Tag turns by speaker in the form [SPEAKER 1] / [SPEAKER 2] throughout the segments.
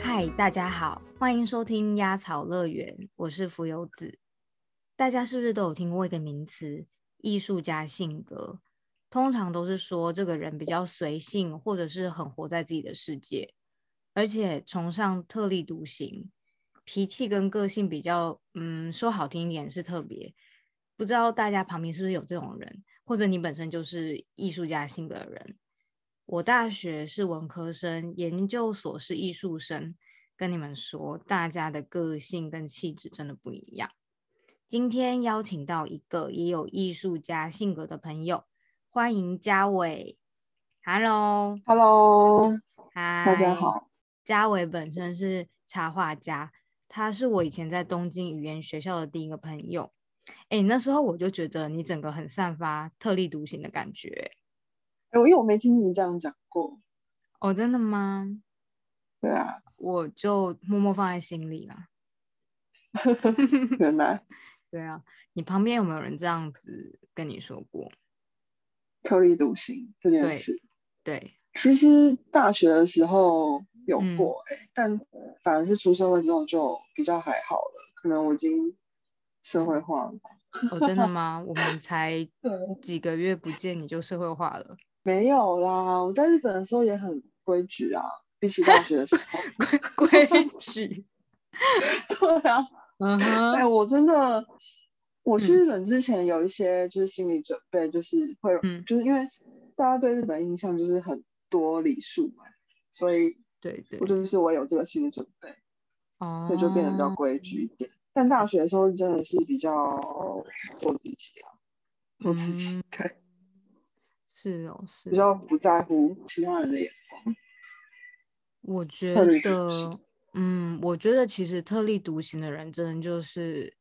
[SPEAKER 1] 嗨，大家好，欢迎收听鸭草乐园，我是浮游子。大家是不是都有听过一个名词“艺术家性格”？通常都是说这个人比较随性，或者是很活在自己的世界，而且崇尚特立独行，脾气跟个性比较……嗯，说好听一点是特别。不知道大家旁边是不是有这种人，或者你本身就是艺术家性格的人？我大学是文科生，研究所是艺术生。跟你们说，大家的个性跟气质真的不一样。今天邀请到一个也有艺术家性格的朋友，欢迎嘉伟。Hello，
[SPEAKER 2] Hello，
[SPEAKER 1] 嗨，
[SPEAKER 2] 大家。好。
[SPEAKER 1] 嘉伟本身是插画家，他是我以前在东京语言学校的第一个朋友。哎，那时候我就觉得你整个很散发特立独行的感觉。
[SPEAKER 2] 哎，我因为我没听你这样讲过。
[SPEAKER 1] 哦，真的吗？
[SPEAKER 2] 对啊，
[SPEAKER 1] 我就默默放在心里了。
[SPEAKER 2] 原来
[SPEAKER 1] 对啊，你旁边有没有人这样子跟你说过？
[SPEAKER 2] 特立独行这
[SPEAKER 1] 对
[SPEAKER 2] 件事，
[SPEAKER 1] 对，
[SPEAKER 2] 其实大学的时候有
[SPEAKER 1] 嗯
[SPEAKER 2] 过、欸，但反而是出社会之后就比较还好了。可能我已经社会化了吧。
[SPEAKER 1] 哦，真的吗？我们才
[SPEAKER 2] 对，
[SPEAKER 1] 几个月不见，你就社会化了，
[SPEAKER 2] 没有啦，我在日本的时候也很规矩啊，比起大学的时候。
[SPEAKER 1] 规规矩。
[SPEAKER 2] 对啊，
[SPEAKER 1] 嗯
[SPEAKER 2] 哎、
[SPEAKER 1] 哼，
[SPEAKER 2] 我真的，我去
[SPEAKER 1] 嗯
[SPEAKER 2] 日本之前有一些就是心理准备，就是会，
[SPEAKER 1] 嗯
[SPEAKER 2] 就是因为大家对日本印象就是很多礼数嘛，所以
[SPEAKER 1] 对对
[SPEAKER 2] 我，就是我有这个心理准备，
[SPEAKER 1] 哦，
[SPEAKER 2] 所以就变得比较规矩一点。但大学的时候真的是比较做自己啊，做自己，
[SPEAKER 1] 嗯
[SPEAKER 2] 对，
[SPEAKER 1] 是哦，是
[SPEAKER 2] 比
[SPEAKER 1] 哦
[SPEAKER 2] 较不在乎其他人的眼光。
[SPEAKER 1] 我觉
[SPEAKER 2] 特立独
[SPEAKER 1] 得
[SPEAKER 2] 行，
[SPEAKER 1] 嗯，我觉得其实特立独行的人，真的就是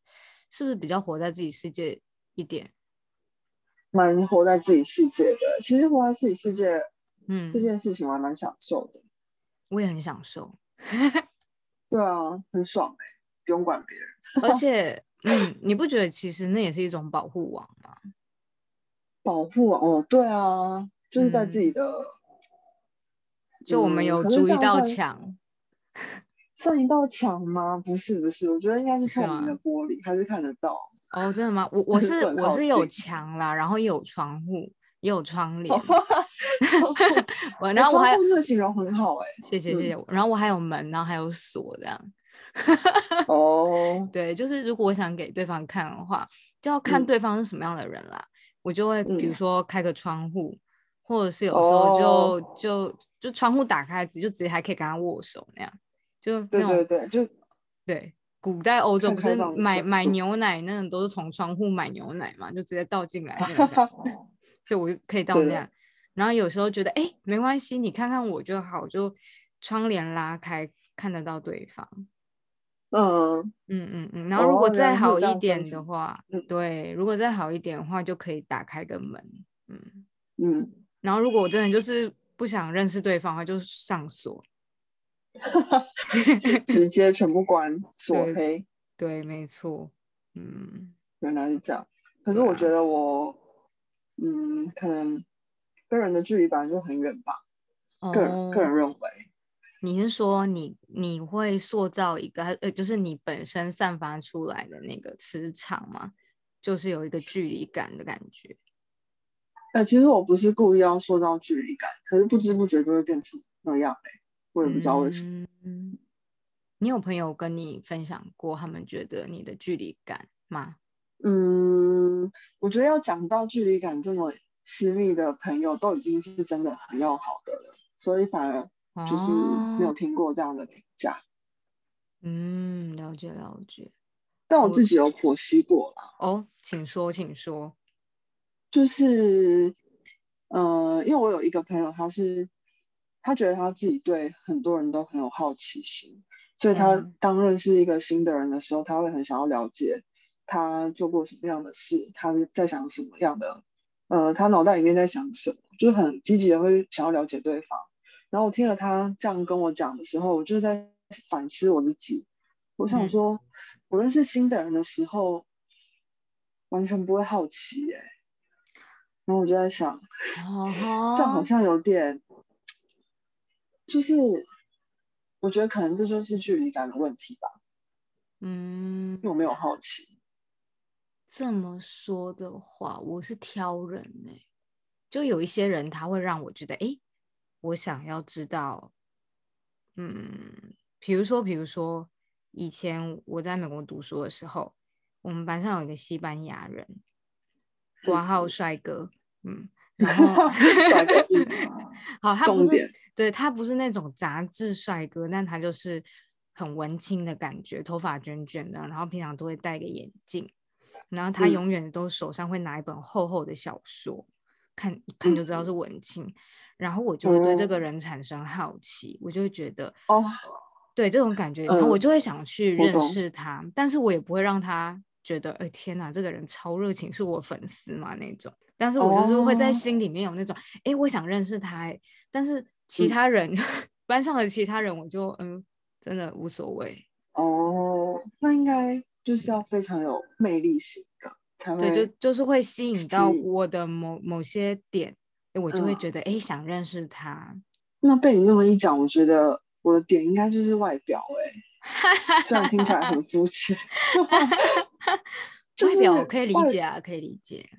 [SPEAKER 1] 是不是比较活在自己世界一点？
[SPEAKER 2] 蛮活在自己世界的，其实活在自己世界
[SPEAKER 1] 嗯
[SPEAKER 2] 这，件事情我还蛮享受的，
[SPEAKER 1] 我也很享 受，
[SPEAKER 2] 对啊，很爽哎、不用管别人。
[SPEAKER 1] 而且，嗯，你不觉得其实那也是一种保护网吗？
[SPEAKER 2] 保护网哦，对啊，就是在自己的，
[SPEAKER 1] 嗯就我们
[SPEAKER 2] 嗯
[SPEAKER 1] 有
[SPEAKER 2] 可是
[SPEAKER 1] 筑
[SPEAKER 2] 这
[SPEAKER 1] 一
[SPEAKER 2] 样
[SPEAKER 1] 道
[SPEAKER 2] 算
[SPEAKER 1] 墙，
[SPEAKER 2] 算一道墙吗？不是不是，我觉得应该是
[SPEAKER 1] 是
[SPEAKER 2] 透明的
[SPEAKER 1] 吗
[SPEAKER 2] 玻璃，还是看得到。
[SPEAKER 1] 哦，真的吗？ 我我是
[SPEAKER 2] 不能
[SPEAKER 1] 我
[SPEAKER 2] 靠
[SPEAKER 1] 是有
[SPEAKER 2] 近
[SPEAKER 1] 墙啦，然后也有窗户，也有窗帘，
[SPEAKER 2] 窗户
[SPEAKER 1] 我
[SPEAKER 2] 哎
[SPEAKER 1] 然后我还
[SPEAKER 2] 窗户这个形容很好哎、
[SPEAKER 1] 谢谢谢谢，然后我还有门，然后还有锁这样。
[SPEAKER 2] 哦，
[SPEAKER 1] 对，就是如果我想给对方看的话，就要看
[SPEAKER 2] 嗯
[SPEAKER 1] 对方是什么样的人啦。我就会比如
[SPEAKER 2] 嗯
[SPEAKER 1] 说开个窗户，或者是有时候就、
[SPEAKER 2] 哦
[SPEAKER 1] 就就窗户打开，直就直接还可以跟他握手那样，就那
[SPEAKER 2] 对
[SPEAKER 1] 种
[SPEAKER 2] 对对，就
[SPEAKER 1] 对古代欧洲
[SPEAKER 2] 看
[SPEAKER 1] 不是
[SPEAKER 2] 开放
[SPEAKER 1] 买
[SPEAKER 2] 程
[SPEAKER 1] 买
[SPEAKER 2] 度
[SPEAKER 1] 牛奶那种都是从窗户买牛奶嘛，就直接倒进来那种 感觉，对我就可以到
[SPEAKER 2] 对
[SPEAKER 1] 那
[SPEAKER 2] 的
[SPEAKER 1] 样。然后有时候觉得哎、诶没关系，你看看我就好，就窗帘拉开看得到对方。
[SPEAKER 2] 嗯，
[SPEAKER 1] 嗯嗯嗯，然后如
[SPEAKER 2] 哦
[SPEAKER 1] 果
[SPEAKER 2] 原
[SPEAKER 1] 再
[SPEAKER 2] 来是有
[SPEAKER 1] 好
[SPEAKER 2] 这
[SPEAKER 1] 一
[SPEAKER 2] 样分
[SPEAKER 1] 点的
[SPEAKER 2] 层
[SPEAKER 1] 话，
[SPEAKER 2] 嗯
[SPEAKER 1] 对，如果再好一点的话，就可以打开个门，嗯。
[SPEAKER 2] 嗯，
[SPEAKER 1] 然后如果我真的就是不想认识对方的话，就上锁。
[SPEAKER 2] 直接全部关锁
[SPEAKER 1] 对
[SPEAKER 2] 黑，
[SPEAKER 1] 对，没错，嗯，
[SPEAKER 2] 原来是这样。可是
[SPEAKER 1] 对
[SPEAKER 2] 我
[SPEAKER 1] 啊
[SPEAKER 2] 觉得我，嗯，可能跟人的距离本来就很远吧，个人个人
[SPEAKER 1] 哦，
[SPEAKER 2] 认为。
[SPEAKER 1] 你是说你你会塑造一个，呃，就是你本身散发出来的那个磁场吗？就是有一个距离感的感觉。
[SPEAKER 2] 呃，其实我不是故意要塑造距离感，可是不知不觉就会变成那样哎、我也不知道为什么。
[SPEAKER 1] 嗯，你有朋友跟你分享过他们觉得你的距离感吗？
[SPEAKER 2] 嗯，我觉得要讲到距离感这么私密的朋友，都已经是真的很要好的了，所以反而就是没有
[SPEAKER 1] 哦，
[SPEAKER 2] 听过这样的评价。
[SPEAKER 1] 嗯，了解了解。
[SPEAKER 2] 但我
[SPEAKER 1] 我
[SPEAKER 2] 自己有剖析过啦，
[SPEAKER 1] 哦，请说，请说。
[SPEAKER 2] 就是，呃，因为我有一个朋友，他是他觉得他自己对很多人都很有好奇心，所以他
[SPEAKER 1] 嗯
[SPEAKER 2] 当认识一个新的人的时候，他会很想要了解他做过什么样的事，他在想什么样的，呃，他脑袋里面在想什么，就是很积极的会想要了解对方。然后我听了他这样跟我讲的时候，我就在反思我自己，我想
[SPEAKER 1] 嗯
[SPEAKER 2] 说，我认识新的人的时候，完全不会好奇耶、然后我就在想，
[SPEAKER 1] 哦，
[SPEAKER 2] 这样好像有点，就是我觉得可能这就是距离感的问题吧，
[SPEAKER 1] 嗯
[SPEAKER 2] 因，为我没有 好奇。
[SPEAKER 1] 这么说的话，我是挑人呢、就有一些人他会让我觉得，诶，我想要知道，嗯，比如说，比如说，以前我在美国读书的时候，我们班上有一个西班牙人，挂号帅哥，嗯，然 后
[SPEAKER 2] 帅个屁啊！
[SPEAKER 1] 好，他不
[SPEAKER 2] 重
[SPEAKER 1] 是
[SPEAKER 2] 点
[SPEAKER 1] 对他不是那种杂志帅哥，但他就是很文青的感觉，头发卷卷的，然后平常都会戴个眼镜，然后他
[SPEAKER 2] 嗯
[SPEAKER 1] 永远都手上会拿一本厚厚的小说，看一看就知道
[SPEAKER 2] 嗯
[SPEAKER 1] 是文青。然后我就会对这个
[SPEAKER 2] 哦
[SPEAKER 1] 人产生好奇，我就会觉得
[SPEAKER 2] 哦，
[SPEAKER 1] 对这种感觉，然后我
[SPEAKER 2] 嗯
[SPEAKER 1] 就会想去
[SPEAKER 2] 我
[SPEAKER 1] 认
[SPEAKER 2] 懂
[SPEAKER 1] 识他，但是我也不会让他觉得，哎、天哪，这个人超热情，是我粉丝嘛那种。但是我就是会在
[SPEAKER 2] 哦，
[SPEAKER 1] 心里面有那种，哎、我想认识他、诶但是其
[SPEAKER 2] 嗯
[SPEAKER 1] 他人 班上的其他人，我就嗯，真的无所谓。
[SPEAKER 2] 哦，那应该就是要非常有魅力型的才
[SPEAKER 1] 对，就
[SPEAKER 2] 会
[SPEAKER 1] 就是会吸引
[SPEAKER 2] 吸
[SPEAKER 1] 到
[SPEAKER 2] 引。
[SPEAKER 1] 我的某某些点，诶我就会
[SPEAKER 2] 嗯，
[SPEAKER 1] 觉得，哎、想认识他。
[SPEAKER 2] 那被你这么一讲，我觉得我的点应该就是外表哎、 虽然听起来很肤浅，就
[SPEAKER 1] 外
[SPEAKER 2] 是
[SPEAKER 1] 表我可以理
[SPEAKER 2] 外
[SPEAKER 1] 解啊，可以理解。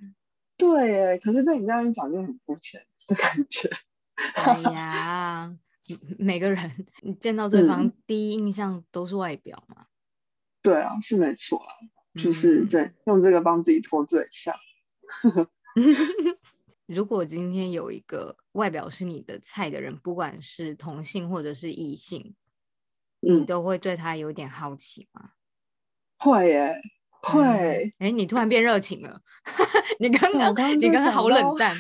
[SPEAKER 2] 对哎、可是被你这样一讲就很肤浅的感觉。
[SPEAKER 1] 哎 呀，嗯每个人 你见到对方
[SPEAKER 2] 嗯，
[SPEAKER 1] 第一印象都是外表嘛。
[SPEAKER 2] 对啊，是没错啊，就是
[SPEAKER 1] 嗯，
[SPEAKER 2] 在用这个帮自己脱罪一下。
[SPEAKER 1] 如果今天有一个外表是你的菜的人，不管是同性或者是异性，你
[SPEAKER 2] 嗯，
[SPEAKER 1] 都会对他有点好奇吗？
[SPEAKER 2] 会耶、
[SPEAKER 1] 嗯，
[SPEAKER 2] 会。
[SPEAKER 1] 哎，你突然变热情了， 你刚
[SPEAKER 2] 对，
[SPEAKER 1] 刚
[SPEAKER 2] 我刚刚
[SPEAKER 1] 你
[SPEAKER 2] 就
[SPEAKER 1] 刚刚
[SPEAKER 2] 想
[SPEAKER 1] 好冷
[SPEAKER 2] 到，
[SPEAKER 1] 淡，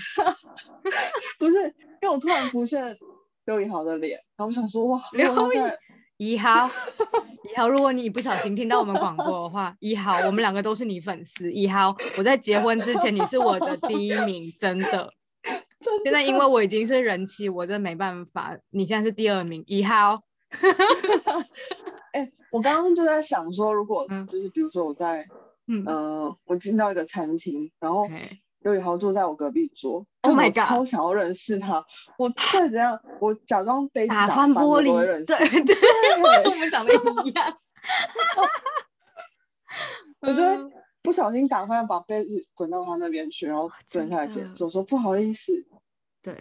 [SPEAKER 2] 不是，因为我突然浮现刘以豪的脸，然后我想说，哇，如
[SPEAKER 1] 刘
[SPEAKER 2] 果他在，
[SPEAKER 1] 一一号。一号，如果你不小心听到我们广播的话，一号，我们两个都是你粉丝。一号，我在结婚之前你是我的第一名，真的。
[SPEAKER 2] 真
[SPEAKER 1] 现在因为我已经是人妻，我真没办法。你现在是第二名，一号。
[SPEAKER 2] 的，哎、我刚刚就在想说，如果
[SPEAKER 1] 嗯
[SPEAKER 2] 就是比如说我在，
[SPEAKER 1] 嗯，
[SPEAKER 2] 呃，我进到一个餐厅，然后
[SPEAKER 1] 哎
[SPEAKER 2] 刘以豪坐在我隔壁桌，
[SPEAKER 1] ，Oh
[SPEAKER 2] 干
[SPEAKER 1] my
[SPEAKER 2] 我
[SPEAKER 1] god，
[SPEAKER 2] 超想要认识他，我再怎样，我假装杯子
[SPEAKER 1] 打
[SPEAKER 2] 打
[SPEAKER 1] 翻
[SPEAKER 2] 翻，
[SPEAKER 1] 玻
[SPEAKER 2] 我都会
[SPEAKER 1] 璃，
[SPEAKER 2] 认
[SPEAKER 1] 对
[SPEAKER 2] 识。
[SPEAKER 1] 对，
[SPEAKER 2] 对，
[SPEAKER 1] 我们讲的一样。
[SPEAKER 2] 我就会
[SPEAKER 1] 嗯，
[SPEAKER 2] 不小心打翻，把杯子滚到他那边去，然后
[SPEAKER 1] 哇
[SPEAKER 2] 蹲
[SPEAKER 1] 哦真
[SPEAKER 2] 下来解
[SPEAKER 1] 的，
[SPEAKER 2] 释，我说不好意思
[SPEAKER 1] 对，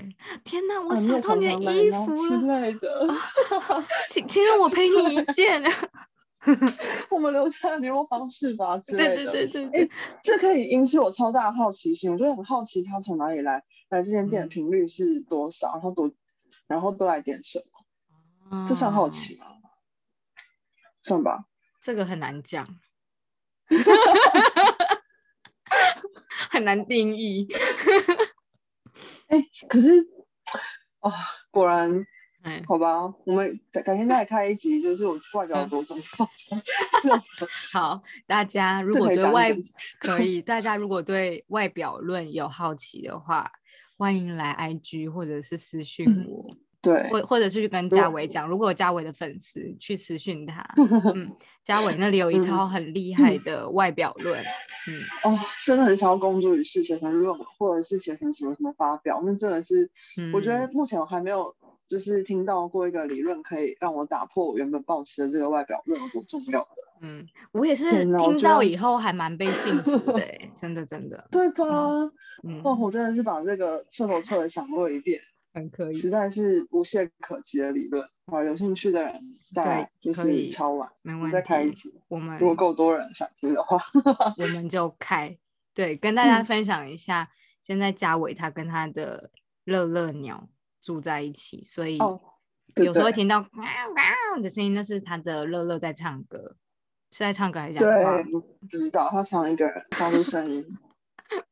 [SPEAKER 1] 天哪，我
[SPEAKER 2] 啊，你
[SPEAKER 1] 扫
[SPEAKER 2] 也
[SPEAKER 1] 到
[SPEAKER 2] 常
[SPEAKER 1] 你的
[SPEAKER 2] 常来
[SPEAKER 1] 衣
[SPEAKER 2] 吗
[SPEAKER 1] 服
[SPEAKER 2] 之
[SPEAKER 1] 了
[SPEAKER 2] 类的。
[SPEAKER 1] 啊，请请让我赔你一件。
[SPEAKER 2] 我们留下联络方式吧之
[SPEAKER 1] 对
[SPEAKER 2] 类
[SPEAKER 1] 对
[SPEAKER 2] 的。
[SPEAKER 1] 对对对，
[SPEAKER 2] 哎，这可以引起我超大的好奇心，我就很好奇他从哪里来，来这间店的
[SPEAKER 1] 嗯
[SPEAKER 2] 频率是多少，然后多，然后都来点什么，这算好
[SPEAKER 1] 啊。
[SPEAKER 2] 奇吗？算吧。
[SPEAKER 1] 这个很难讲， 很难定义。
[SPEAKER 2] 哎，可是哦，果然
[SPEAKER 1] 哎，
[SPEAKER 2] 好吧，我们改改天再开一集，就是我外表有
[SPEAKER 1] 嗯，
[SPEAKER 2] 多重要，这种
[SPEAKER 1] 好，大家如
[SPEAKER 2] 这
[SPEAKER 1] 果
[SPEAKER 2] 可以
[SPEAKER 1] 对
[SPEAKER 2] 讲一
[SPEAKER 1] 外
[SPEAKER 2] 整集。
[SPEAKER 1] 可以，大家如果对外表论有好奇的话，欢迎来 IG 或者是私讯
[SPEAKER 2] 嗯，
[SPEAKER 1] 我，
[SPEAKER 2] 对，
[SPEAKER 1] 或或者是去跟
[SPEAKER 2] 如
[SPEAKER 1] 嘉
[SPEAKER 2] 果
[SPEAKER 1] 伟讲，如果有嘉伟的粉丝去私讯 他，嗯，嘉伟那里有一
[SPEAKER 2] 嗯
[SPEAKER 1] 套很厉害
[SPEAKER 2] 嗯
[SPEAKER 1] 的外表论，嗯，
[SPEAKER 2] 哦，真的很想要公诸于世，写成论文或者是写成什么什么发表，那真的是，我觉得
[SPEAKER 1] 嗯，
[SPEAKER 2] 目前我还没有就是听到过一个理论可以让我打破我原本抱持的这个外表论有多重要的。
[SPEAKER 1] 嗯，我也是
[SPEAKER 2] 天呐，我
[SPEAKER 1] 听
[SPEAKER 2] 觉
[SPEAKER 1] 到
[SPEAKER 2] 得，
[SPEAKER 1] 以后还蛮被幸福 的、欸，真的真的，
[SPEAKER 2] 对吧？
[SPEAKER 1] 嗯
[SPEAKER 2] 哇，
[SPEAKER 1] 嗯，
[SPEAKER 2] 我真的是把这个彻头彻尾想过一遍，
[SPEAKER 1] 很可以。
[SPEAKER 2] 实在是无懈可击的理论。好，有兴趣的人再
[SPEAKER 1] 对，
[SPEAKER 2] 来就
[SPEAKER 1] 可
[SPEAKER 2] 是
[SPEAKER 1] 以，
[SPEAKER 2] 敲完，
[SPEAKER 1] 没
[SPEAKER 2] 我们再
[SPEAKER 1] 问
[SPEAKER 2] 开一
[SPEAKER 1] 题。
[SPEAKER 2] 集，
[SPEAKER 1] 我
[SPEAKER 2] 如果
[SPEAKER 1] 们
[SPEAKER 2] 够多人想听的话，
[SPEAKER 1] 我们就开，对，跟大家
[SPEAKER 2] 嗯，
[SPEAKER 1] 分享一下，现在嘉伟他跟他的乐乐鸟住在一起，所以
[SPEAKER 2] 哦，对
[SPEAKER 1] 有时候会
[SPEAKER 2] 对
[SPEAKER 1] 听到喵喵的声音，那是他的乐乐在唱歌，是在唱歌还是讲
[SPEAKER 2] 对，
[SPEAKER 1] 话？
[SPEAKER 2] 不知道他常一个人发出声音。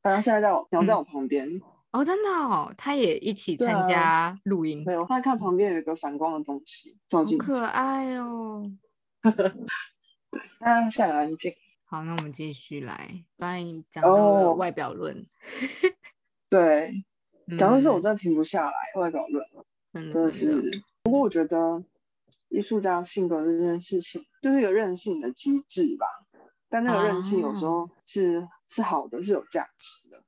[SPEAKER 2] 然后现在在我鸟在
[SPEAKER 1] 嗯，
[SPEAKER 2] 我旁边，
[SPEAKER 1] 哦，真的哦，他也一起
[SPEAKER 2] 对
[SPEAKER 1] 参
[SPEAKER 2] 啊，
[SPEAKER 1] 加录音，
[SPEAKER 2] 没有，他看旁边有一个反光的东西照
[SPEAKER 1] 好
[SPEAKER 2] 进
[SPEAKER 1] 可
[SPEAKER 2] 去，
[SPEAKER 1] 爱哦。
[SPEAKER 2] 那现在很安静。
[SPEAKER 1] 好，那我们继续来，刚才你讲到了
[SPEAKER 2] 哦，
[SPEAKER 1] 外表论，
[SPEAKER 2] 对，讲到这我
[SPEAKER 1] 嗯，
[SPEAKER 2] 真的停不下来，外表论
[SPEAKER 1] 真的
[SPEAKER 2] 真的
[SPEAKER 1] 真的，
[SPEAKER 2] 是。不过我觉得艺术家性格这件事情就是一个任性的机制吧，但那个任性有时
[SPEAKER 1] 哦。
[SPEAKER 2] 候是是好的，是有价值的。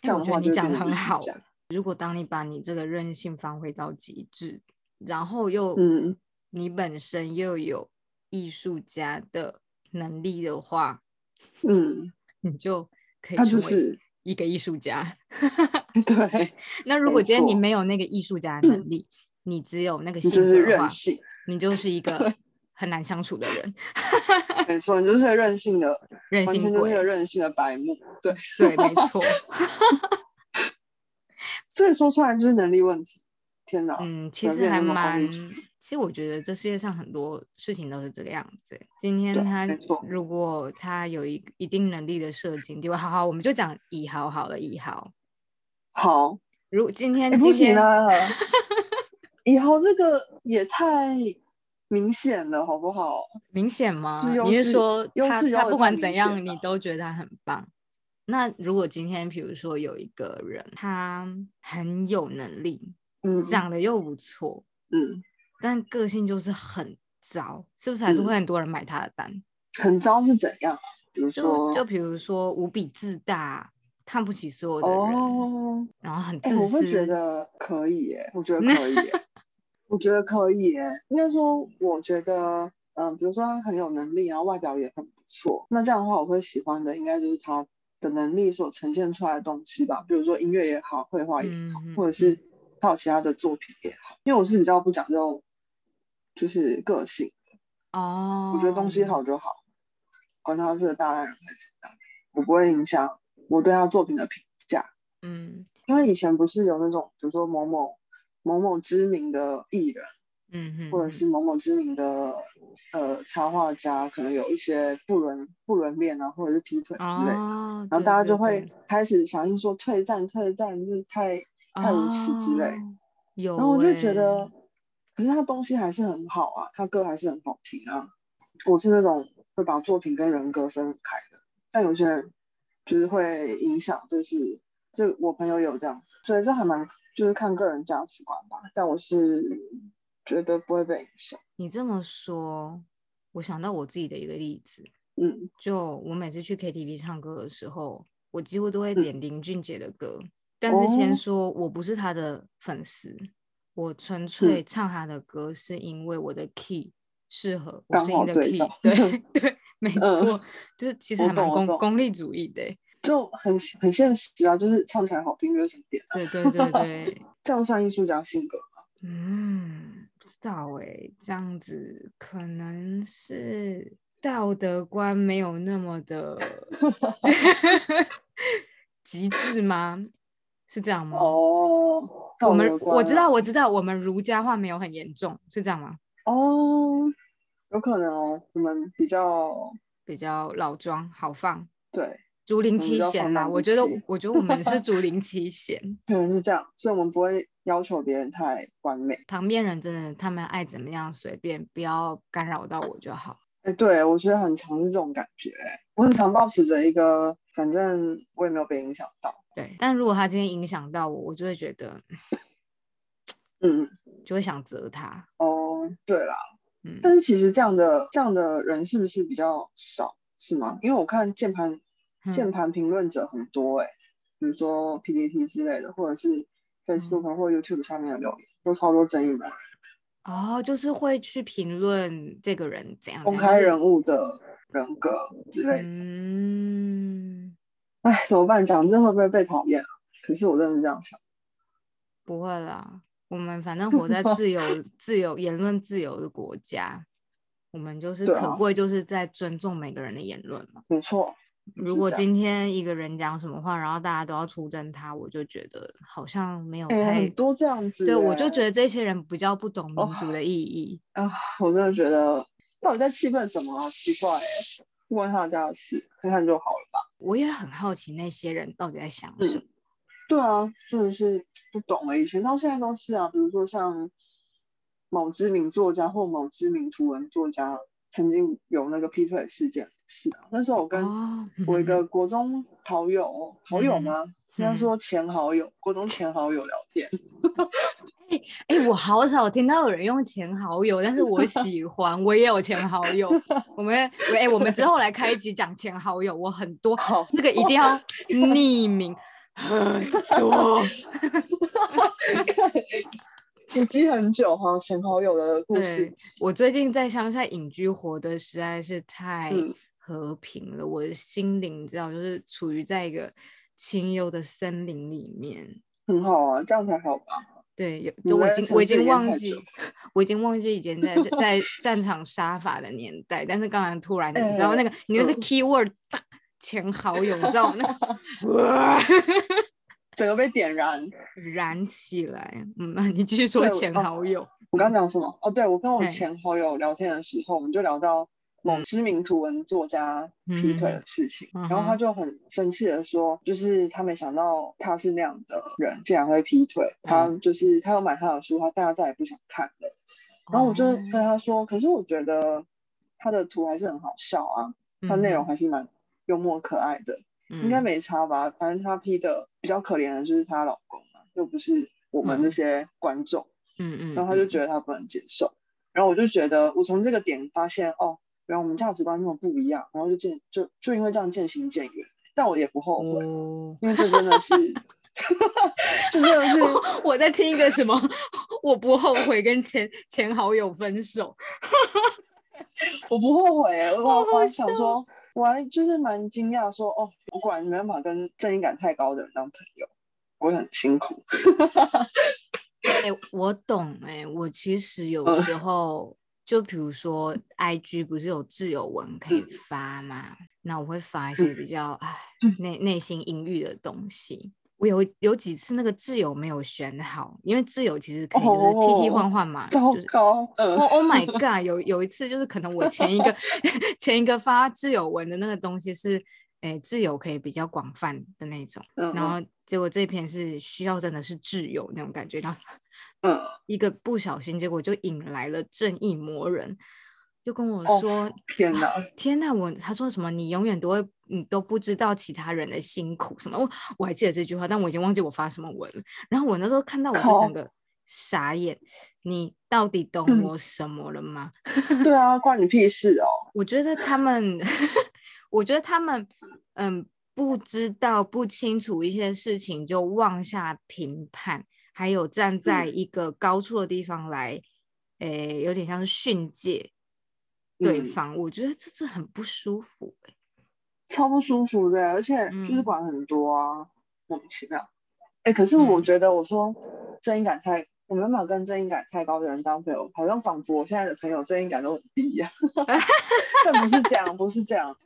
[SPEAKER 2] 这
[SPEAKER 1] 哎
[SPEAKER 2] 样
[SPEAKER 1] 我觉得
[SPEAKER 2] 的话
[SPEAKER 1] 你
[SPEAKER 2] 就
[SPEAKER 1] 讲
[SPEAKER 2] 变
[SPEAKER 1] 的
[SPEAKER 2] 成
[SPEAKER 1] 很
[SPEAKER 2] 艺术
[SPEAKER 1] 好
[SPEAKER 2] 家。
[SPEAKER 1] 如果当你把你这个任性发挥到极致，然后又
[SPEAKER 2] 嗯，
[SPEAKER 1] 你本身又有艺术家的能力的话，
[SPEAKER 2] 嗯，
[SPEAKER 1] 你就可以
[SPEAKER 2] 他
[SPEAKER 1] 成
[SPEAKER 2] 就
[SPEAKER 1] 为
[SPEAKER 2] 是
[SPEAKER 1] 一个艺术家。
[SPEAKER 2] 对，
[SPEAKER 1] 那如
[SPEAKER 2] 没
[SPEAKER 1] 果今天你
[SPEAKER 2] 错嗯
[SPEAKER 1] 没有那个艺术家的能力，你只有那个
[SPEAKER 2] 你
[SPEAKER 1] 性
[SPEAKER 2] 就
[SPEAKER 1] 格的
[SPEAKER 2] 是
[SPEAKER 1] 话
[SPEAKER 2] 任，性，
[SPEAKER 1] 你就是 一个很难相处的人，
[SPEAKER 2] 没错，你就是个任性的，
[SPEAKER 1] 任
[SPEAKER 2] 完
[SPEAKER 1] 性
[SPEAKER 2] 全就是
[SPEAKER 1] 鬼
[SPEAKER 2] 个。任性的白目。对，
[SPEAKER 1] 对，没错。
[SPEAKER 2] 所以说出来就是能力问题。天哪，
[SPEAKER 1] 嗯，其
[SPEAKER 2] 随
[SPEAKER 1] 实
[SPEAKER 2] 便
[SPEAKER 1] 还
[SPEAKER 2] 那么功
[SPEAKER 1] 蛮
[SPEAKER 2] 利主义，
[SPEAKER 1] 其实我觉得这世界上很多事情都是这个样子欸。今天
[SPEAKER 2] 对
[SPEAKER 1] 他
[SPEAKER 2] 没错
[SPEAKER 1] 如果他有一一定能力的射精地位，好好，我们就讲以豪好了，以豪。
[SPEAKER 2] 好，
[SPEAKER 1] 如今天
[SPEAKER 2] 哎，
[SPEAKER 1] 今
[SPEAKER 2] 不
[SPEAKER 1] 天
[SPEAKER 2] 行 了，以后这个也太明显了，好不好？
[SPEAKER 1] 明显吗
[SPEAKER 2] 是？优
[SPEAKER 1] 你是
[SPEAKER 2] 势
[SPEAKER 1] 说
[SPEAKER 2] 优
[SPEAKER 1] 他
[SPEAKER 2] 势
[SPEAKER 1] 他
[SPEAKER 2] 要有
[SPEAKER 1] 不
[SPEAKER 2] 太
[SPEAKER 1] 管
[SPEAKER 2] 明
[SPEAKER 1] 怎
[SPEAKER 2] 显
[SPEAKER 1] 样，你
[SPEAKER 2] 了
[SPEAKER 1] 都觉得他很棒？那如果今天比如说有一个人，他很有能力，
[SPEAKER 2] 嗯，
[SPEAKER 1] 长得又不错，
[SPEAKER 2] 嗯，
[SPEAKER 1] 但个性就是很糟，是不是还是会很多人买他的单？
[SPEAKER 2] 很糟是怎样啊？比如
[SPEAKER 1] 就
[SPEAKER 2] 说，
[SPEAKER 1] 就比如说无比自大，看不起所有的人，
[SPEAKER 2] 哦，
[SPEAKER 1] 然后很自
[SPEAKER 2] 哎、
[SPEAKER 1] 私。
[SPEAKER 2] 我会觉得可以耶，我 觉得可以耶，我觉得可以耶。应该说，我觉得，嗯、比如说他很有能力，然后外表也很不错，那这样的话，我会喜欢的应该就是他的能力所呈现出来的东西吧，比如说音乐也好，绘画也
[SPEAKER 1] 嗯
[SPEAKER 2] 好，
[SPEAKER 1] 嗯
[SPEAKER 2] 或者是他有其他的作品也好。因为我是比较不讲究，就是个性，
[SPEAKER 1] 哦，
[SPEAKER 2] 我觉得东西好就好，管他是个大烂人还是怎样，我不会影响我对他作品的评价。
[SPEAKER 1] 嗯，
[SPEAKER 2] 因为以前不是有那种，比如说某某某某知名的艺人，
[SPEAKER 1] 嗯嗯，
[SPEAKER 2] 或者是某某知名的呃插画家，可能有一些不伦不伦恋啊，或者是劈腿之类的，
[SPEAKER 1] 哦，
[SPEAKER 2] 然后
[SPEAKER 1] 对
[SPEAKER 2] 大家
[SPEAKER 1] 对
[SPEAKER 2] 就会
[SPEAKER 1] 对
[SPEAKER 2] 开始响应说退战退战，就是太太无耻之类。
[SPEAKER 1] 哦有、欸，
[SPEAKER 2] 然后我就觉得，可是他东西还是很好啊，他歌还是很好听啊。我是那种会把作品跟人格分很开的，但有些人就是会影响，就是这我朋友有这样子，所以这还蛮就是看个人价值观吧。但我是觉得不会被影响，
[SPEAKER 1] 你这么说，我想到我自己的一个例子，
[SPEAKER 2] 嗯
[SPEAKER 1] 就我每次去 KTV 唱歌的时候，我几乎都会
[SPEAKER 2] 嗯
[SPEAKER 1] 点林俊杰的歌，但是先
[SPEAKER 2] 哦
[SPEAKER 1] 说我不是他的粉丝，我纯
[SPEAKER 2] 嗯
[SPEAKER 1] 粹唱他的歌是因为我的 key 适合我
[SPEAKER 2] 刚
[SPEAKER 1] 声音
[SPEAKER 2] 好
[SPEAKER 1] 的
[SPEAKER 2] 对
[SPEAKER 1] key，
[SPEAKER 2] 到
[SPEAKER 1] 对 对，没
[SPEAKER 2] 嗯
[SPEAKER 1] 错，就是其实
[SPEAKER 2] 我
[SPEAKER 1] 还蛮
[SPEAKER 2] 懂我
[SPEAKER 1] 功
[SPEAKER 2] 懂
[SPEAKER 1] 功利主义的欸，
[SPEAKER 2] 就很很现实啊，就是唱起来好听就是点啊，
[SPEAKER 1] 对对对对，
[SPEAKER 2] 这样算艺术家性格吗。
[SPEAKER 1] 嗯，不知道哎，这样子可能是道德观没有那么的 极致吗？是这样吗？
[SPEAKER 2] 哦，
[SPEAKER 1] 我们
[SPEAKER 2] 道德观
[SPEAKER 1] 我知道
[SPEAKER 2] 啊
[SPEAKER 1] 我知道，我们儒家话没有很严重，是这样吗？
[SPEAKER 2] 哦，有可能哦，我们比较
[SPEAKER 1] 比较老庄好放，
[SPEAKER 2] 对，
[SPEAKER 1] 竹林
[SPEAKER 2] 我们
[SPEAKER 1] 七
[SPEAKER 2] 比较
[SPEAKER 1] 贤
[SPEAKER 2] 放
[SPEAKER 1] 啦。
[SPEAKER 2] 荡
[SPEAKER 1] 我
[SPEAKER 2] 不
[SPEAKER 1] 觉得
[SPEAKER 2] 羁
[SPEAKER 1] 我觉得我们 是竹林七贤，
[SPEAKER 2] 可能是这样，所以我们不会要求别人太完美。
[SPEAKER 1] 旁边人真的他们爱怎么样随便，不要干扰到我就好。
[SPEAKER 2] 哎，对，我觉得很常是这种感觉，哎我很常保持着一个，反正我也没有被影响到，
[SPEAKER 1] 对，但如果他今天影响到我，我就会觉得
[SPEAKER 2] 嗯，
[SPEAKER 1] 就会想责他。
[SPEAKER 2] 哦，对啦，
[SPEAKER 1] 嗯，
[SPEAKER 2] 但是其实这样的这样的人是不是比较少，是吗？因为我看键盘键
[SPEAKER 1] 嗯
[SPEAKER 2] 盘评论者很多，哎，比如说 PPT 之类的，或者是 Facebook 啊或 YouTube 下面的留言，都超多争议的，
[SPEAKER 1] 哦，就是会去评论这个人怎样
[SPEAKER 2] 公
[SPEAKER 1] 怎样，
[SPEAKER 2] 开
[SPEAKER 1] 就是
[SPEAKER 2] 人物的人格之类的。
[SPEAKER 1] 嗯，
[SPEAKER 2] 哎，怎么办？讲这会不会被讨厌啊？可是我真的是这样想。
[SPEAKER 1] 不会啦，我们反正活在自 由、自由言论自由的国家，我们就是
[SPEAKER 2] 对
[SPEAKER 1] 可
[SPEAKER 2] 啊
[SPEAKER 1] 贵，就是在尊重每个人的言论嘛。
[SPEAKER 2] 没错，
[SPEAKER 1] 如
[SPEAKER 2] 是
[SPEAKER 1] 果
[SPEAKER 2] 这
[SPEAKER 1] 今天一个人讲什么话，然后大家都要出征他，我就觉得好像没有
[SPEAKER 2] 哎、
[SPEAKER 1] 太
[SPEAKER 2] 很多这样子耶。
[SPEAKER 1] 对，我就觉得这些人比较不懂民
[SPEAKER 2] 哦
[SPEAKER 1] 族的意义。
[SPEAKER 2] 啊，我真的觉得到底在气愤什么啊？奇怪、欸，问他家的事，看看就好了吧。
[SPEAKER 1] 我也很好奇那些人到底在想
[SPEAKER 2] 嗯
[SPEAKER 1] 什么。
[SPEAKER 2] 对啊，真的是不懂哎、以前到现在都是啊。比如说像某知名作家或某知名图文作家，曾经有那个劈腿事件是啊。那时候我跟
[SPEAKER 1] 哦，
[SPEAKER 2] 我一
[SPEAKER 1] 嗯
[SPEAKER 2] 个国中好友，好友
[SPEAKER 1] 嗯
[SPEAKER 2] 吗？应该
[SPEAKER 1] 嗯
[SPEAKER 2] 说前好友，国中前好友聊天。
[SPEAKER 1] 哎、哎、我好少听到有人用前好友，但是我喜欢，我也有前好友。我们哎、我们之后来开一集讲前好友，我很多，
[SPEAKER 2] 好，
[SPEAKER 1] 这个一定要匿名，很多。
[SPEAKER 2] 你积很久哈，前好友的故事
[SPEAKER 1] 对，我最近在乡下隐居，活得实在是太
[SPEAKER 2] 嗯
[SPEAKER 1] 和平了。我的心灵，你知道，就是处于在一个清幽的森林里面。
[SPEAKER 2] 很好啊，这样才好吧？
[SPEAKER 1] 对，有
[SPEAKER 2] 你
[SPEAKER 1] 就我
[SPEAKER 2] 在
[SPEAKER 1] 已经
[SPEAKER 2] 城
[SPEAKER 1] 我已
[SPEAKER 2] 市
[SPEAKER 1] 经
[SPEAKER 2] 里面
[SPEAKER 1] 忘
[SPEAKER 2] 太
[SPEAKER 1] 记
[SPEAKER 2] 久，
[SPEAKER 1] 我已经忘记以前在 在战场杀伐的年代。但是刚才突然，你知道
[SPEAKER 2] 哎
[SPEAKER 1] 那个你那个
[SPEAKER 2] 嗯
[SPEAKER 1] keyword 大前好友，你知道那 个哇
[SPEAKER 2] 整个被点
[SPEAKER 1] 嗯
[SPEAKER 2] 燃。
[SPEAKER 1] 燃起来。嗯， 那你继续说
[SPEAKER 2] 对
[SPEAKER 1] 前
[SPEAKER 2] 哦
[SPEAKER 1] 好友。
[SPEAKER 2] 我刚讲什么？哦，对，我跟我
[SPEAKER 1] 哎嗯
[SPEAKER 2] 前好友聊天的时候，我们就聊到某知名图文作家劈腿的事情，
[SPEAKER 1] 嗯哼
[SPEAKER 2] 然后他就很生气的说，就是他没想到他是那样的人，竟然会劈腿。
[SPEAKER 1] 嗯
[SPEAKER 2] 他就是他有买他的书，他大家再也不想看了。然后我就
[SPEAKER 1] 哦
[SPEAKER 2] 跟他说，可是我觉得他的图还是很好笑啊，他内容还是蛮幽默可爱的，应该
[SPEAKER 1] 嗯
[SPEAKER 2] 没差吧？反正他劈的比较可怜的就是她老公嘛，又不是我们
[SPEAKER 1] 嗯
[SPEAKER 2] 这些观众。
[SPEAKER 1] 嗯嗯，
[SPEAKER 2] 然后他就
[SPEAKER 1] 嗯
[SPEAKER 2] 觉得他不能接受，然后我就觉得我从这个点发现哦，原来我们价值观那么不一样，然后就渐就就因为这样渐行渐远，但我也不后悔，
[SPEAKER 1] 哦
[SPEAKER 2] 因为这真的是， 这真的是
[SPEAKER 1] 我我在听一个什么， 我不后悔跟前前好友分手。
[SPEAKER 2] 我不后悔欸，
[SPEAKER 1] 好
[SPEAKER 2] 我我
[SPEAKER 1] 好
[SPEAKER 2] 还想
[SPEAKER 1] 笑
[SPEAKER 2] 说，我还就是蛮惊讶说哦，我果然没办法跟正义感太高的人当朋友，我很辛苦，
[SPEAKER 1] 哎、我懂哎、我其实有
[SPEAKER 2] 嗯
[SPEAKER 1] 时候、就比如说，IG 不是有自由文可以发吗？那我会发一些
[SPEAKER 2] 嗯
[SPEAKER 1] 比较唉内内心阴郁的东西。我有有几次那个自由没有选好，因为自由其实可以就是替替换换嘛，
[SPEAKER 2] 哦糟
[SPEAKER 1] 就是
[SPEAKER 2] 糕，呃
[SPEAKER 1] 哦 Oh my god！有有一次就是可能我前一个 前一个发自由文的那个东西是，诶、自由可以比较广泛的那种，
[SPEAKER 2] 嗯
[SPEAKER 1] 然后结果这篇是需要真的是挚友那种感觉，然后
[SPEAKER 2] 嗯，
[SPEAKER 1] 一个不小心，结果就引来了正义魔人，就跟我
[SPEAKER 2] 哦
[SPEAKER 1] 说。
[SPEAKER 2] 天哪，
[SPEAKER 1] 天呐，我他说什么？你永远都会，你都不知道其他人的辛苦什么。我我还记得这句话，但我已经忘记我发什么文了。然后我那时候看到，我就
[SPEAKER 2] 靠
[SPEAKER 1] 整个傻眼。你到底懂
[SPEAKER 2] 嗯
[SPEAKER 1] 我什么了吗？
[SPEAKER 2] 对啊，关你屁事哦，
[SPEAKER 1] 我觉得他们， 我觉得他们，嗯，不知道、不清楚一些事情就妄下评判，还有站在
[SPEAKER 2] 嗯
[SPEAKER 1] 一个高处的地方来，诶、有点像是训诫对
[SPEAKER 2] 嗯
[SPEAKER 1] 方。我觉得这这很不舒服、欸。
[SPEAKER 2] 超不舒服的，而且就是
[SPEAKER 1] 嗯
[SPEAKER 2] 管很多啊，莫名其妙。哎、可是我
[SPEAKER 1] 嗯
[SPEAKER 2] 觉得我说正义感太，我没办法跟正义感太高的人当朋友，好像仿佛我现在的朋友正义感都很低一样。 但不是这样，不是这样的。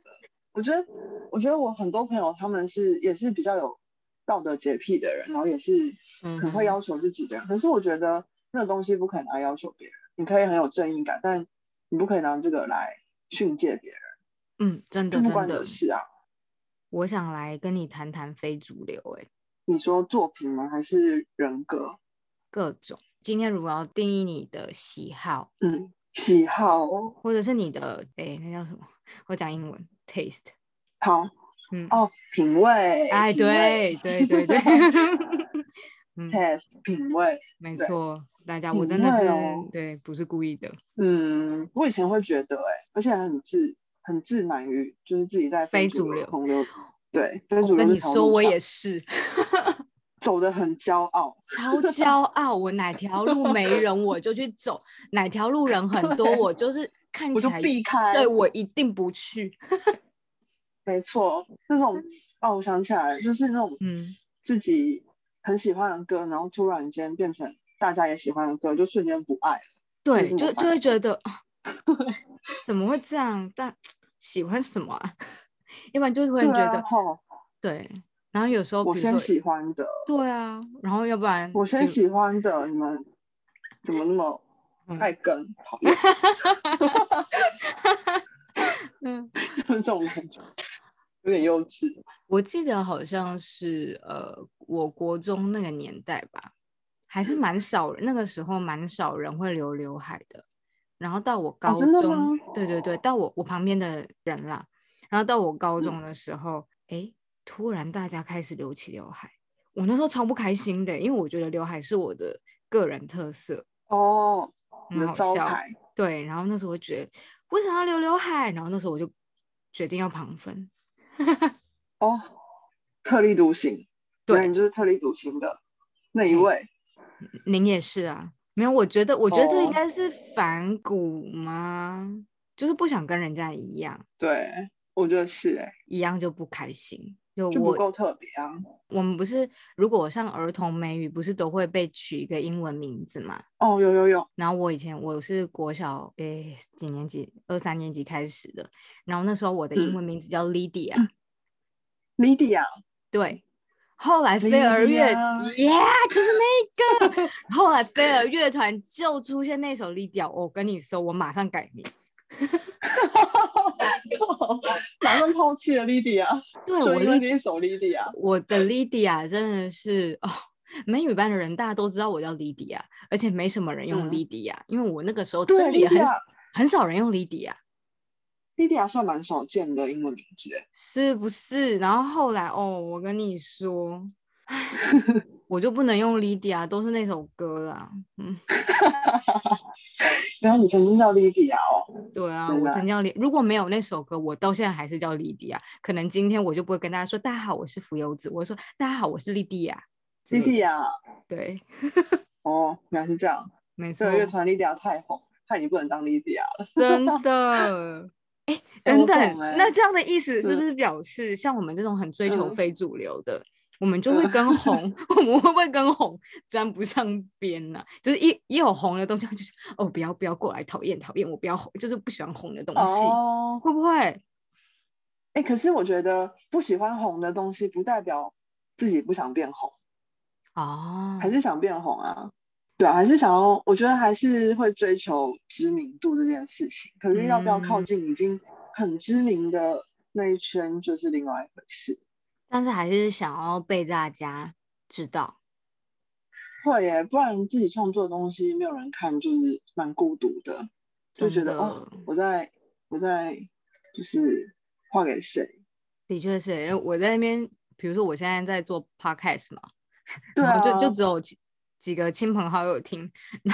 [SPEAKER 2] 我觉得，我觉得我很多朋友他们是也是比较有道德洁癖的人，然后也是
[SPEAKER 1] 嗯哼
[SPEAKER 2] 很会要求自己的人。可是我觉得那个东西不可以拿来要求别人，你可以很有正义感，但你不可以拿这个来训诫别人，
[SPEAKER 1] 嗯，真的
[SPEAKER 2] 这不
[SPEAKER 1] 真
[SPEAKER 2] 关你的
[SPEAKER 1] 的，
[SPEAKER 2] 事啊。
[SPEAKER 1] 我想来跟你谈谈非主流、欸，
[SPEAKER 2] 你说作品吗？还是人格？
[SPEAKER 1] 各种。今天如果要定义你的喜好，
[SPEAKER 2] 嗯，喜好。
[SPEAKER 1] 或者是你的，诶、那叫什么？ 我讲英文，taste。
[SPEAKER 2] 好
[SPEAKER 1] 嗯，
[SPEAKER 2] 哦，品味。
[SPEAKER 1] 哎，
[SPEAKER 2] 品味
[SPEAKER 1] 对对对对，嗯，
[SPEAKER 2] ，test 品味。
[SPEAKER 1] 没
[SPEAKER 2] 对
[SPEAKER 1] 错，大家
[SPEAKER 2] 品
[SPEAKER 1] 我真的
[SPEAKER 2] 味
[SPEAKER 1] 是
[SPEAKER 2] 哦
[SPEAKER 1] 对，不是故意的，
[SPEAKER 2] 嗯，我以前会觉得、欸，哎，而且很自很自满于，就是自己在
[SPEAKER 1] 非
[SPEAKER 2] 主
[SPEAKER 1] 主
[SPEAKER 2] 流
[SPEAKER 1] 流
[SPEAKER 2] 洪流，对，非主
[SPEAKER 1] 我
[SPEAKER 2] 流
[SPEAKER 1] 跟
[SPEAKER 2] 这
[SPEAKER 1] 你
[SPEAKER 2] 条
[SPEAKER 1] 说，
[SPEAKER 2] 路
[SPEAKER 1] 我
[SPEAKER 2] 上
[SPEAKER 1] 也是
[SPEAKER 2] 走的很骄傲。
[SPEAKER 1] 超骄傲，我哪条路没人我就去走，哪条路人很多
[SPEAKER 2] 对
[SPEAKER 1] 我就是看
[SPEAKER 2] 我
[SPEAKER 1] 起
[SPEAKER 2] 就
[SPEAKER 1] 来，
[SPEAKER 2] 避开，
[SPEAKER 1] 对我一定不去，
[SPEAKER 2] 没错，那种哦，我想起来了，就是那种
[SPEAKER 1] 嗯
[SPEAKER 2] 自己很喜欢的歌，然后突然间变成大家也喜欢的歌，就瞬间不爱了。
[SPEAKER 1] 对，
[SPEAKER 2] 这
[SPEAKER 1] 就
[SPEAKER 2] 么
[SPEAKER 1] 就会觉得啊怎么会这样？但喜欢什么啊？ 要不然就是会
[SPEAKER 2] 对
[SPEAKER 1] 觉
[SPEAKER 2] 啊，
[SPEAKER 1] 得
[SPEAKER 2] 吼
[SPEAKER 1] 对，然后有时候
[SPEAKER 2] 我
[SPEAKER 1] 比如
[SPEAKER 2] 先
[SPEAKER 1] 说
[SPEAKER 2] 喜欢的，
[SPEAKER 1] 对啊，然后要不然
[SPEAKER 2] 我先
[SPEAKER 1] 比
[SPEAKER 2] 喜欢的，你们怎么那么
[SPEAKER 1] 嗯
[SPEAKER 2] 爱跟？讨厌，
[SPEAKER 1] 嗯，
[SPEAKER 2] 这种感觉有点幼稚。
[SPEAKER 1] 我记得好像是呃，我国中那个年代吧，还是
[SPEAKER 2] 嗯
[SPEAKER 1] 蛮少人，那个时候蛮少人会留刘海的。然后到我高
[SPEAKER 2] 哦真的
[SPEAKER 1] 中，
[SPEAKER 2] 吗
[SPEAKER 1] 对对对，到我我旁边的人啦，然后到我高
[SPEAKER 2] 嗯
[SPEAKER 1] 中的时候，诶，突然大家开始留起刘海，我那时候超不开心的，因为我觉得刘海是我的个人特色，
[SPEAKER 2] 哦，你
[SPEAKER 1] 很
[SPEAKER 2] 的
[SPEAKER 1] 好
[SPEAKER 2] 招
[SPEAKER 1] 笑。
[SPEAKER 2] 牌，
[SPEAKER 1] 对，然后那时候我觉得为什么要留刘海？然后那时候我就决定要旁分。
[SPEAKER 2] 哦，特立独行，
[SPEAKER 1] 对
[SPEAKER 2] 原来你就是特立独行的那一
[SPEAKER 1] 嗯
[SPEAKER 2] 位，
[SPEAKER 1] 您也是啊？没有，我觉得我觉得这应
[SPEAKER 2] 哦
[SPEAKER 1] 该是反骨吗？就是不想跟人家一样，
[SPEAKER 2] 对，我觉得是哎、
[SPEAKER 1] 一样就不开心。就
[SPEAKER 2] 就不
[SPEAKER 1] 我
[SPEAKER 2] 够特别啊，
[SPEAKER 1] 我们不是，如果像儿童美语，不是都会被取一个英文名字嘛？
[SPEAKER 2] 哦，有有有，
[SPEAKER 1] 然后我以前我是国小诶几年级，二三年级开始的，然后那时候我的英
[SPEAKER 2] 嗯
[SPEAKER 1] 文名字叫 Lydia，、
[SPEAKER 2] 莉迪亚，
[SPEAKER 1] 对，后来飞儿乐
[SPEAKER 2] Lydia
[SPEAKER 1] ，Yeah，就是那个， 后来飞儿乐团就出现那首 Lydia，我跟你说，我马上改名，
[SPEAKER 2] 马上抛弃了莉迪亚，
[SPEAKER 1] 对
[SPEAKER 2] 就
[SPEAKER 1] 我
[SPEAKER 2] 因为
[SPEAKER 1] Lydia，
[SPEAKER 2] 这一首莉迪亚，
[SPEAKER 1] 我的 Lydia 真的是哦。美语班的人大家都知道我叫 Lydia，而且没什么人用
[SPEAKER 2] 嗯
[SPEAKER 1] Lydia，、因为我那个时候真
[SPEAKER 2] 对，
[SPEAKER 1] 的
[SPEAKER 2] 莉
[SPEAKER 1] 也
[SPEAKER 2] 迪
[SPEAKER 1] 很
[SPEAKER 2] 亚，
[SPEAKER 1] 很少人用 Lydia。
[SPEAKER 2] 莉迪亚算蛮少见的英文名字欸，
[SPEAKER 1] 是不是？然后后来哦，我跟你说，唉 我就不能用 Lydia，都是那首歌啦。
[SPEAKER 2] 原来你曾经叫莉迪亚哦，
[SPEAKER 1] 对啊，
[SPEAKER 2] 原
[SPEAKER 1] 我
[SPEAKER 2] 来
[SPEAKER 1] 曾经叫 Ly- 如果没有那首歌，我到现在还是叫 Lydia。可能今天我就不会跟大家说“大家好，我是浮游子”，我会说“大家好，我是莉迪亚”。
[SPEAKER 2] 莉迪
[SPEAKER 1] 亚，
[SPEAKER 2] 亚，
[SPEAKER 1] 对，
[SPEAKER 2] 哦，原来是这样，
[SPEAKER 1] 没错
[SPEAKER 2] 这，个乐团莉迪亚太红，害你不能当莉迪亚 了，
[SPEAKER 1] 真的。 哎，
[SPEAKER 2] 哎
[SPEAKER 1] 等
[SPEAKER 2] 我
[SPEAKER 1] 等，
[SPEAKER 2] 懂哎
[SPEAKER 1] 那这样的意思是不
[SPEAKER 2] 嗯
[SPEAKER 1] 是表示，像我们这种很追求
[SPEAKER 2] 嗯
[SPEAKER 1] 非主流的，我们就会跟 红，我们会不会跟红沾不上边呢、就是一一有红的东西，就是哦，不要不要过来，讨厌讨厌，我不要红，就是不喜欢红的东西，
[SPEAKER 2] 哦，
[SPEAKER 1] 会不会？
[SPEAKER 2] 哎、可是我觉得不喜欢红的东西，不代表自己不想变红，
[SPEAKER 1] 哦，
[SPEAKER 2] 还是想变红啊。对啊，还是想要，我觉得还是会追求知名度这件事情。可是要不要靠
[SPEAKER 1] 嗯
[SPEAKER 2] 近已经很知名的那一圈，就是另外一回事。
[SPEAKER 1] 但是还是想要被大家知道，
[SPEAKER 2] 会耶，不然自己创作的东西没有人看，就是蛮孤独的，就觉
[SPEAKER 1] 真
[SPEAKER 2] 得
[SPEAKER 1] 的，
[SPEAKER 2] 哦，我在我在就是画给谁？
[SPEAKER 1] 的确是，因为我在那边，比如说我现在在做 podcast 嘛，
[SPEAKER 2] 对
[SPEAKER 1] 然
[SPEAKER 2] 啊，
[SPEAKER 1] 后哦就就只有几几个亲朋好友听。那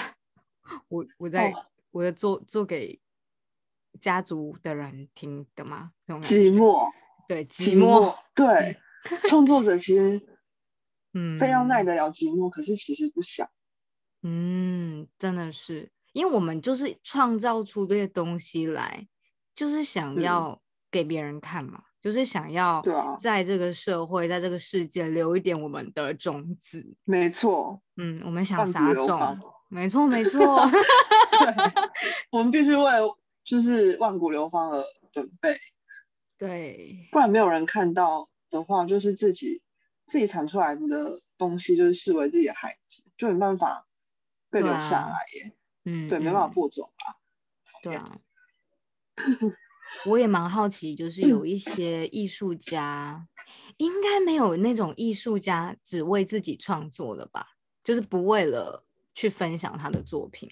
[SPEAKER 1] 我我在、
[SPEAKER 2] 哦
[SPEAKER 1] 我在做做给家族的人听的吗？那种感
[SPEAKER 2] 寂
[SPEAKER 1] 觉
[SPEAKER 2] 寞，
[SPEAKER 1] 对寂
[SPEAKER 2] 寂
[SPEAKER 1] 寞，，
[SPEAKER 2] 对，创作者其实
[SPEAKER 1] 嗯，
[SPEAKER 2] 非要耐得了寂寞，可是其实不想。
[SPEAKER 1] 嗯，真的是，因为我们就是创造出这些东西来，就是想
[SPEAKER 2] 嗯
[SPEAKER 1] 要给别人看嘛，就是想要
[SPEAKER 2] 对啊
[SPEAKER 1] 在这个社会，在这个世界留一点我们的种子。
[SPEAKER 2] 没错，
[SPEAKER 1] 嗯，我们想
[SPEAKER 2] 万古
[SPEAKER 1] 撒
[SPEAKER 2] 流
[SPEAKER 1] 种
[SPEAKER 2] 芳，
[SPEAKER 1] 没错没 错。
[SPEAKER 2] 我们必须为就是万古流芳而准备，
[SPEAKER 1] 对，
[SPEAKER 2] 不然没有人看到的话，就是自己自己产出来的东西，就是视为自己的孩子，就没办法被留
[SPEAKER 1] 对
[SPEAKER 2] 下
[SPEAKER 1] 啊
[SPEAKER 2] 来耶。
[SPEAKER 1] 嗯，
[SPEAKER 2] 对，没办法
[SPEAKER 1] 嗯
[SPEAKER 2] 播种啊。
[SPEAKER 1] 对
[SPEAKER 2] 厌
[SPEAKER 1] 啊， 我也蛮好奇，就是有一些艺术家，应该没有那种艺术家只为自己创作的吧？就是不为了去分享他的作品。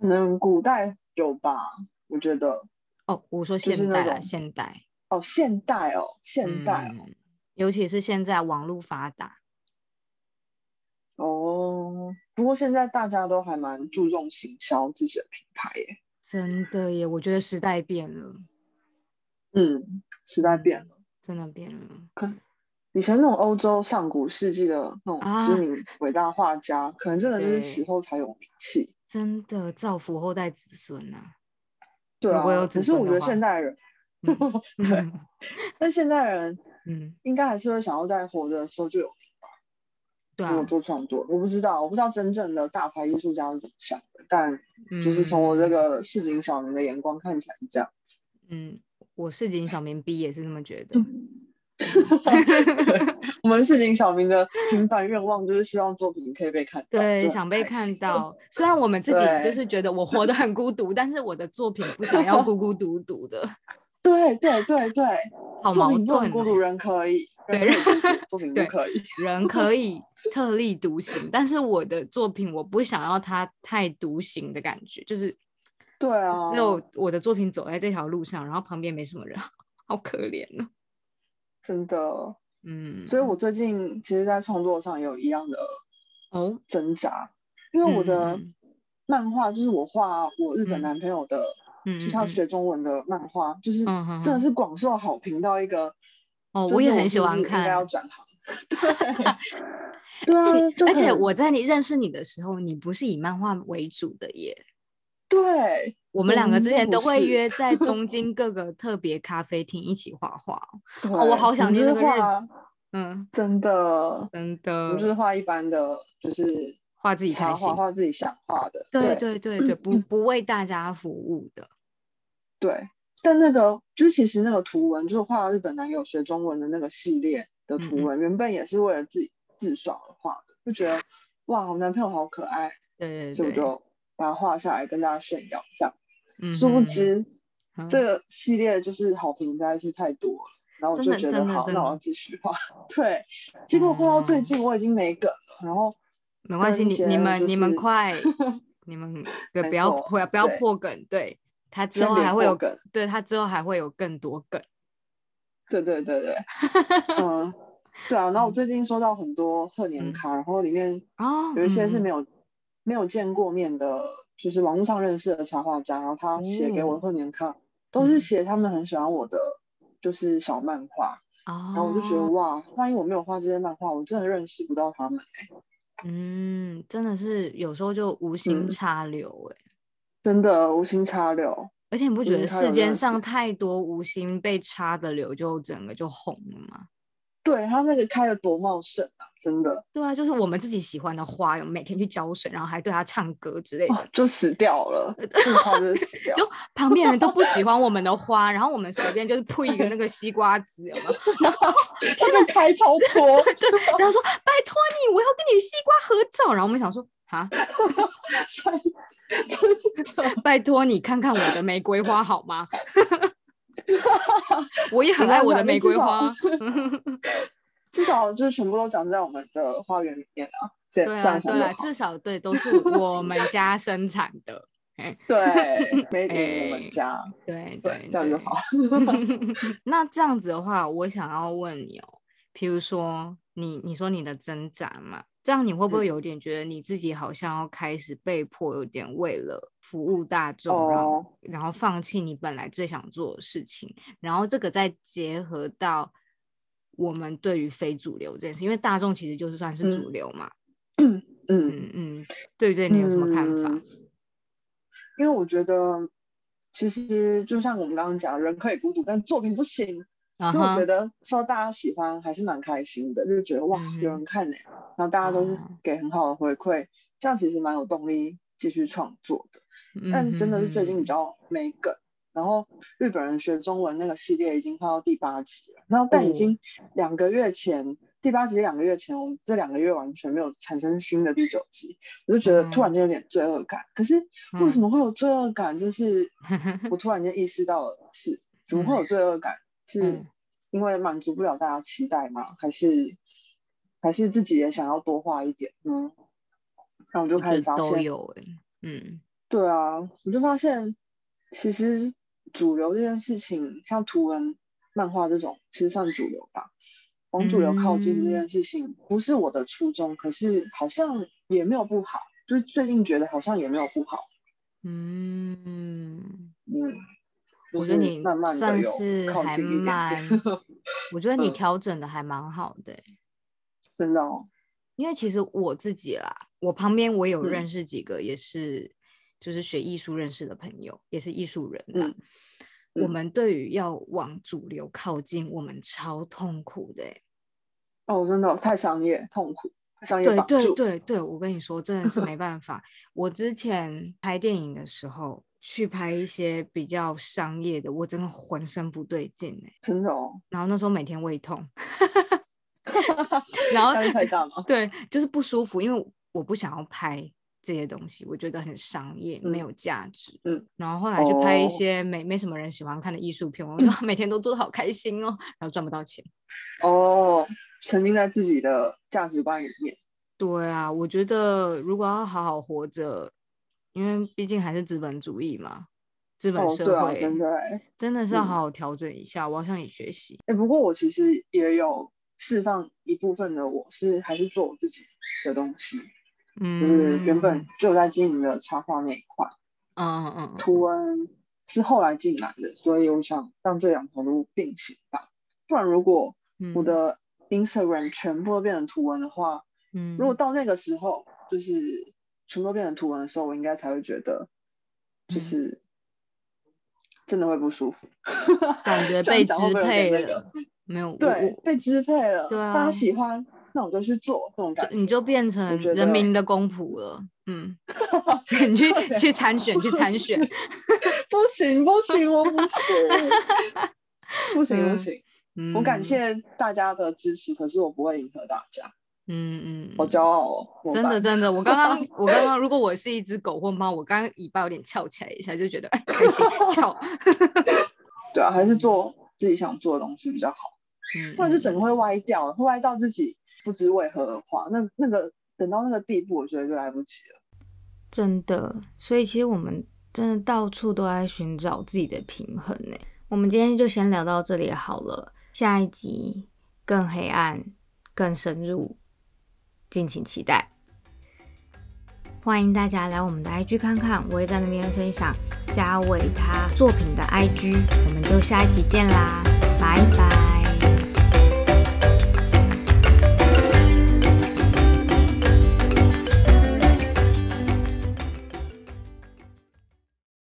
[SPEAKER 2] 可能古代有吧，我觉得。
[SPEAKER 1] 哦，我说
[SPEAKER 2] 就是
[SPEAKER 1] 现
[SPEAKER 2] 那
[SPEAKER 1] 代啦，
[SPEAKER 2] 种
[SPEAKER 1] 现代，
[SPEAKER 2] 哦，现代哦，现代
[SPEAKER 1] 嗯，尤其是现在网络发达，
[SPEAKER 2] 哦。哦不过现在大家都还蛮注重行销自己的品牌耶。
[SPEAKER 1] 真的耶，我觉得时代变了，
[SPEAKER 2] 嗯，时代变了。
[SPEAKER 1] 真的变了。
[SPEAKER 2] 可以前那种欧洲上古世纪的那种
[SPEAKER 1] 啊
[SPEAKER 2] 知名伟大画家，可能真的就是
[SPEAKER 1] 对
[SPEAKER 2] 死后才有名气。
[SPEAKER 1] 真的造福后代子孙呐、啊
[SPEAKER 2] 对
[SPEAKER 1] 如
[SPEAKER 2] 啊
[SPEAKER 1] 果有，
[SPEAKER 2] 可
[SPEAKER 1] 子
[SPEAKER 2] 是我
[SPEAKER 1] 孙
[SPEAKER 2] 觉
[SPEAKER 1] 的
[SPEAKER 2] 得
[SPEAKER 1] 话
[SPEAKER 2] 现代人，
[SPEAKER 1] 嗯
[SPEAKER 2] 对，但现代人
[SPEAKER 1] 嗯，
[SPEAKER 2] 应该还是会想要在活着的时候就有
[SPEAKER 1] 对
[SPEAKER 2] 我
[SPEAKER 1] 啊，
[SPEAKER 2] 做创作。我不知道，我不知道真正的大牌艺术家是怎么想的，但就是从我
[SPEAKER 1] 嗯
[SPEAKER 2] 这个市井小民的眼光看起来是这样。
[SPEAKER 1] 嗯，我市井小民 B 也是这么觉得。
[SPEAKER 2] 嗯 对，我们市井小民的平凡愿望就是希望作品可以被看到，
[SPEAKER 1] 对，
[SPEAKER 2] 就很
[SPEAKER 1] 想被
[SPEAKER 2] 开
[SPEAKER 1] 看
[SPEAKER 2] 心。
[SPEAKER 1] 到。虽然我们自己就
[SPEAKER 2] 对
[SPEAKER 1] 是觉得我活得很孤独，但是我的作品不想要孤孤独独的，
[SPEAKER 2] 对对对对，
[SPEAKER 1] 好
[SPEAKER 2] 作
[SPEAKER 1] 矛
[SPEAKER 2] 品不
[SPEAKER 1] 盾
[SPEAKER 2] 能孤
[SPEAKER 1] 哦
[SPEAKER 2] 独人可以，
[SPEAKER 1] 对
[SPEAKER 2] 人可 以孤独作品不
[SPEAKER 1] 对
[SPEAKER 2] 可以。
[SPEAKER 1] 人可以特立独行，但是我的作品我不想要它太独行的感觉，就是
[SPEAKER 2] 对啊，
[SPEAKER 1] 只有我的作品走在这条路上，然后旁边没什么人，好可怜哦。
[SPEAKER 2] 真的，
[SPEAKER 1] 嗯，
[SPEAKER 2] 所以我最近其实，在创作上也有一样的
[SPEAKER 1] 哦，
[SPEAKER 2] 挣扎，因为我的
[SPEAKER 1] 嗯
[SPEAKER 2] 漫画就是我画我日本
[SPEAKER 1] 嗯
[SPEAKER 2] 男朋友的
[SPEAKER 1] 嗯
[SPEAKER 2] 去
[SPEAKER 1] 嗯
[SPEAKER 2] 他
[SPEAKER 1] 嗯
[SPEAKER 2] 学中文的漫画，就是
[SPEAKER 1] 嗯哼
[SPEAKER 2] 真的
[SPEAKER 1] 哼
[SPEAKER 2] 是广受好评到一个。
[SPEAKER 1] 哦
[SPEAKER 2] 就
[SPEAKER 1] 我也
[SPEAKER 2] 是
[SPEAKER 1] 很喜
[SPEAKER 2] 是不
[SPEAKER 1] 欢
[SPEAKER 2] 是应该
[SPEAKER 1] 看
[SPEAKER 2] 要转 行。 对，对啊，就
[SPEAKER 1] 嗯而且
[SPEAKER 2] 很
[SPEAKER 1] 我在你认识你的时候，你不是以漫画为主的耶。
[SPEAKER 2] 对，
[SPEAKER 1] 我们
[SPEAKER 2] 对
[SPEAKER 1] 两个
[SPEAKER 2] 我们
[SPEAKER 1] 之
[SPEAKER 2] 都
[SPEAKER 1] 前
[SPEAKER 2] 不
[SPEAKER 1] 都会
[SPEAKER 2] 是
[SPEAKER 1] 约 在东京各个特别咖啡厅一起画画哦。
[SPEAKER 2] 对
[SPEAKER 1] 我好想
[SPEAKER 2] 们
[SPEAKER 1] 念
[SPEAKER 2] 就
[SPEAKER 1] 那
[SPEAKER 2] 是
[SPEAKER 1] 个日
[SPEAKER 2] 画
[SPEAKER 1] 子嗯，
[SPEAKER 2] 真的，
[SPEAKER 1] 真
[SPEAKER 2] 我
[SPEAKER 1] 的
[SPEAKER 2] 们就是画一般的，就是
[SPEAKER 1] 画自己
[SPEAKER 2] 插
[SPEAKER 1] 开心
[SPEAKER 2] 画，。画自己想画的。
[SPEAKER 1] 对
[SPEAKER 2] 对嗯
[SPEAKER 1] 对对对，不不为大家服务的。
[SPEAKER 2] 对，但那个就是其实那个图文，就是画日本男友学中文的那个系列的
[SPEAKER 1] 嗯
[SPEAKER 2] 图
[SPEAKER 1] 嗯
[SPEAKER 2] 文，原本也是为了自己自爽而画的，就觉得哇，我男朋友好可爱，
[SPEAKER 1] 对
[SPEAKER 2] 所以
[SPEAKER 1] 对
[SPEAKER 2] 我
[SPEAKER 1] 对，
[SPEAKER 2] 就把它画下来跟大家炫耀这样。
[SPEAKER 1] 嗯
[SPEAKER 2] 殊不
[SPEAKER 1] 哼
[SPEAKER 2] 知，
[SPEAKER 1] 哼
[SPEAKER 2] 这个系列就是好评实在是太多了，然后我
[SPEAKER 1] 真
[SPEAKER 2] 就
[SPEAKER 1] 的
[SPEAKER 2] 觉
[SPEAKER 1] 真
[SPEAKER 2] 得
[SPEAKER 1] 的
[SPEAKER 2] 好，
[SPEAKER 1] 真
[SPEAKER 2] 那我
[SPEAKER 1] 的
[SPEAKER 2] 要继续画。 对，结果画到最
[SPEAKER 1] 哦
[SPEAKER 2] 近我已经没梗了，然后
[SPEAKER 1] 没关系，
[SPEAKER 2] 跟
[SPEAKER 1] 你
[SPEAKER 2] 一
[SPEAKER 1] 你
[SPEAKER 2] 些
[SPEAKER 1] 们你们
[SPEAKER 2] 就是
[SPEAKER 1] 快，你们对
[SPEAKER 2] 没
[SPEAKER 1] 不要
[SPEAKER 2] 错
[SPEAKER 1] 破不要
[SPEAKER 2] 对
[SPEAKER 1] 破梗，对他之
[SPEAKER 2] 先
[SPEAKER 1] 后
[SPEAKER 2] 别
[SPEAKER 1] 还会
[SPEAKER 2] 破
[SPEAKER 1] 有
[SPEAKER 2] 梗，
[SPEAKER 1] 对他之后还会有更多梗。
[SPEAKER 2] 对对 对对，嗯，对啊。然后我最近收到很多贺年
[SPEAKER 1] 嗯
[SPEAKER 2] 卡，然后里面
[SPEAKER 1] 哦，
[SPEAKER 2] 有一些是
[SPEAKER 1] 嗯
[SPEAKER 2] 没有没有见过面的，就是网络上认识的插画家，然后他写给
[SPEAKER 1] 哦
[SPEAKER 2] 我的贺年卡都
[SPEAKER 1] 嗯
[SPEAKER 2] 是写他们很喜欢我的，就是小漫画。
[SPEAKER 1] 哦，
[SPEAKER 2] 然后我就觉得哇，万一我没有画这些漫画，我真的认识不到他们，
[SPEAKER 1] 嗯，真的是有时候就无心
[SPEAKER 2] 嗯
[SPEAKER 1] 插柳哎、
[SPEAKER 2] 真的无心插柳。
[SPEAKER 1] 而且你不
[SPEAKER 2] 无
[SPEAKER 1] 觉
[SPEAKER 2] 心
[SPEAKER 1] 得
[SPEAKER 2] 插
[SPEAKER 1] 世
[SPEAKER 2] 柳真
[SPEAKER 1] 间
[SPEAKER 2] 的
[SPEAKER 1] 上
[SPEAKER 2] 是
[SPEAKER 1] 太多无心被插的柳就整个就红了吗？
[SPEAKER 2] 对他那个开的多茂盛啊，真的
[SPEAKER 1] 对啊，就是我们自己喜欢的花，我们每天去浇水，然后还对它唱歌之类的
[SPEAKER 2] 哦，，就死掉 了，这花就是死掉。
[SPEAKER 1] 就旁边人都不喜欢 我们的花，然后我们随便就是铺一个那个西瓜籽，有没有？
[SPEAKER 2] 他就开超多，
[SPEAKER 1] 然 后说拜托你，我要跟你西瓜合照。然后我们想说啊， 拜托你看看我的玫瑰花好吗？ 我也很哎爱我的玫瑰花，
[SPEAKER 2] 至少就是全部都长在我们的花园里面啊。这
[SPEAKER 1] 对
[SPEAKER 2] 这
[SPEAKER 1] 啊
[SPEAKER 2] 样想
[SPEAKER 1] 对
[SPEAKER 2] 就
[SPEAKER 1] 啊，
[SPEAKER 2] 好。
[SPEAKER 1] 至少对都是我们家生产的，
[SPEAKER 2] 对，没给我
[SPEAKER 1] 哎
[SPEAKER 2] 们家，哦
[SPEAKER 1] 对
[SPEAKER 2] 对
[SPEAKER 1] 对，
[SPEAKER 2] 这样就
[SPEAKER 1] 对
[SPEAKER 2] 好。
[SPEAKER 1] 那这样子的话，我想要问你哦，比如说你你说你的挣扎嘛，这样你会不会
[SPEAKER 2] 嗯
[SPEAKER 1] 有点觉得你自己好像要开始被迫有点为了服务大众，然后
[SPEAKER 2] 哦，
[SPEAKER 1] 然后放弃你本来最想做的事情，然后这个再结合到我们对于非主流这件事，因为大众其实就是算是主
[SPEAKER 2] 嗯
[SPEAKER 1] 流嘛，
[SPEAKER 2] 嗯。
[SPEAKER 1] 嗯嗯，对于这一点你有什么看法
[SPEAKER 2] 嗯？，因为我觉得，其实就像我们刚刚讲，人可以孤独，但作品不行。
[SPEAKER 1] 啊
[SPEAKER 2] 嗯所以我觉
[SPEAKER 1] 哈，
[SPEAKER 2] 得受到大家喜欢还是蛮开心的，就觉得哇，
[SPEAKER 1] 嗯
[SPEAKER 2] 有人看呢、然后大家都是
[SPEAKER 1] 啊
[SPEAKER 2] 给很好的回馈，这样其实蛮有动力继续创作的。
[SPEAKER 1] 嗯
[SPEAKER 2] 但真的是最近比
[SPEAKER 1] 哼
[SPEAKER 2] 较没梗。然后日本人学中文那个系列已经快到第八集了，然后但已
[SPEAKER 1] 哦
[SPEAKER 2] 经两个月前，第八集两个月前，我们这两个月完全没有产生新的第九集，我就觉得突然间有点罪恶感。可是为
[SPEAKER 1] 嗯
[SPEAKER 2] 什么会有罪恶感？这是
[SPEAKER 1] 嗯
[SPEAKER 2] 我突然间意识到的是，怎么会有罪恶感？是
[SPEAKER 1] 嗯
[SPEAKER 2] 因为满足不了大家期待吗？还是还是自己也想要多画一点呢？然后我就
[SPEAKER 1] 我觉
[SPEAKER 2] 开始
[SPEAKER 1] 得
[SPEAKER 2] 发
[SPEAKER 1] 都
[SPEAKER 2] 现，
[SPEAKER 1] 有哎、嗯
[SPEAKER 2] 对啊，我就发现其实主流这件事情，像图文、漫画这种，其实算主流吧。往主流靠近
[SPEAKER 1] 嗯
[SPEAKER 2] 这件事情不是我的初衷，可是好像也没有不好，就最近觉得好像也没有不好。
[SPEAKER 1] 嗯，
[SPEAKER 2] 嗯，就
[SPEAKER 1] 我觉得
[SPEAKER 2] 是
[SPEAKER 1] 你
[SPEAKER 2] 慢慢的
[SPEAKER 1] 算
[SPEAKER 2] 有
[SPEAKER 1] 是
[SPEAKER 2] 靠
[SPEAKER 1] 还
[SPEAKER 2] 近一点点，
[SPEAKER 1] 蛮，我觉得你
[SPEAKER 2] 嗯
[SPEAKER 1] 调整的还蛮好的欸、
[SPEAKER 2] 真的哦，
[SPEAKER 1] 因为其实我自己啦，我旁边我有认
[SPEAKER 2] 嗯
[SPEAKER 1] 识几个也是，就是学艺术认识的朋友，也是艺术人啦。
[SPEAKER 2] 嗯
[SPEAKER 1] 我
[SPEAKER 2] 嗯，
[SPEAKER 1] 们对于要往主流靠近，我们超痛苦的欸、
[SPEAKER 2] 哦，真的哦太商业痛苦，商业
[SPEAKER 1] 对
[SPEAKER 2] 绑
[SPEAKER 1] 对
[SPEAKER 2] 住，
[SPEAKER 1] 对对，我跟你说，真的是没办 法。我之前拍电影的时候，去拍一些比较商业的，我真的浑身不对劲哎、
[SPEAKER 2] 真的哦，
[SPEAKER 1] 然后那时候每天胃 痛，然后
[SPEAKER 2] 压力太大吗？
[SPEAKER 1] 对，就是不舒服，因为我不想要拍这些东西，我觉得很商业，没
[SPEAKER 2] 嗯
[SPEAKER 1] 有价值。
[SPEAKER 2] 嗯，
[SPEAKER 1] 然后后来去拍一
[SPEAKER 2] 哦嗯
[SPEAKER 1] 些没没什么人喜欢看的艺术片，我就 每天都做的好开心哦，然后赚不到钱。
[SPEAKER 2] 哦，沉浸在自己的价值观里 面，
[SPEAKER 1] 对啊，我觉得如果要好好活着，因为毕竟还是资本主义嘛，资本
[SPEAKER 2] 哦，
[SPEAKER 1] 社
[SPEAKER 2] 对啊，真
[SPEAKER 1] 会
[SPEAKER 2] 的哎，
[SPEAKER 1] 真的是要
[SPEAKER 2] 嗯。
[SPEAKER 1] 好好调整一下。我要向你学习。
[SPEAKER 2] 哎、不过我其实也有释放一部分的我是还是做我自己的东西，就是
[SPEAKER 1] 嗯，
[SPEAKER 2] 原本就有在经营的插画那一块，
[SPEAKER 1] 嗯嗯嗯，
[SPEAKER 2] 图文是后来进来的，所以我想让这两条路并行吧。不然如果
[SPEAKER 1] 嗯
[SPEAKER 2] 我的 Instagram 全部都变成图文的话，
[SPEAKER 1] 嗯，
[SPEAKER 2] 如果到那个时候就是全部都变成图文的时候，我应该才会觉得
[SPEAKER 1] 嗯
[SPEAKER 2] 就是真的会不舒服，
[SPEAKER 1] 感觉
[SPEAKER 2] 这样
[SPEAKER 1] 被支
[SPEAKER 2] 讲会不会有
[SPEAKER 1] 配
[SPEAKER 2] 点那
[SPEAKER 1] 了，没有，我
[SPEAKER 2] 对，
[SPEAKER 1] 我
[SPEAKER 2] 被支配了，
[SPEAKER 1] 对
[SPEAKER 2] 大
[SPEAKER 1] 啊
[SPEAKER 2] 家喜欢，那我就去做这种感
[SPEAKER 1] 就
[SPEAKER 2] 觉，
[SPEAKER 1] 你就变成
[SPEAKER 2] 觉
[SPEAKER 1] 人
[SPEAKER 2] 得
[SPEAKER 1] 民的公仆了， 嗯， 你去
[SPEAKER 2] 对
[SPEAKER 1] 去参选，去参选，
[SPEAKER 2] 不行不行，我不行， 不行
[SPEAKER 1] 嗯
[SPEAKER 2] 不行， 我感谢大家的支持，可是我不会迎合大家，
[SPEAKER 1] 嗯，嗯嗯，
[SPEAKER 2] 好骄傲哦，
[SPEAKER 1] 真
[SPEAKER 2] 怎么办
[SPEAKER 1] 的真的，我刚刚我刚刚，如果我是一只狗或猫，我刚刚尾巴有点翘起来一下，就觉得哎开心翘，
[SPEAKER 2] 对啊，还是做自己想做的东西比较好，
[SPEAKER 1] 嗯，
[SPEAKER 2] 不然就
[SPEAKER 1] 嗯
[SPEAKER 2] 整个会歪掉，会歪到自己不知为何而花，那那个等到那个地步，我觉得就来不及了。
[SPEAKER 1] 真的，所以其实我们真的到处都在寻找自己的平衡呢。我们今天就先聊到这里好了，下一集更黑暗、更深入，敬请期待。欢迎大家来我们的 IG 看看，我也在那边分享嘉伟他作品的 IG。我们就下一集见啦，拜拜。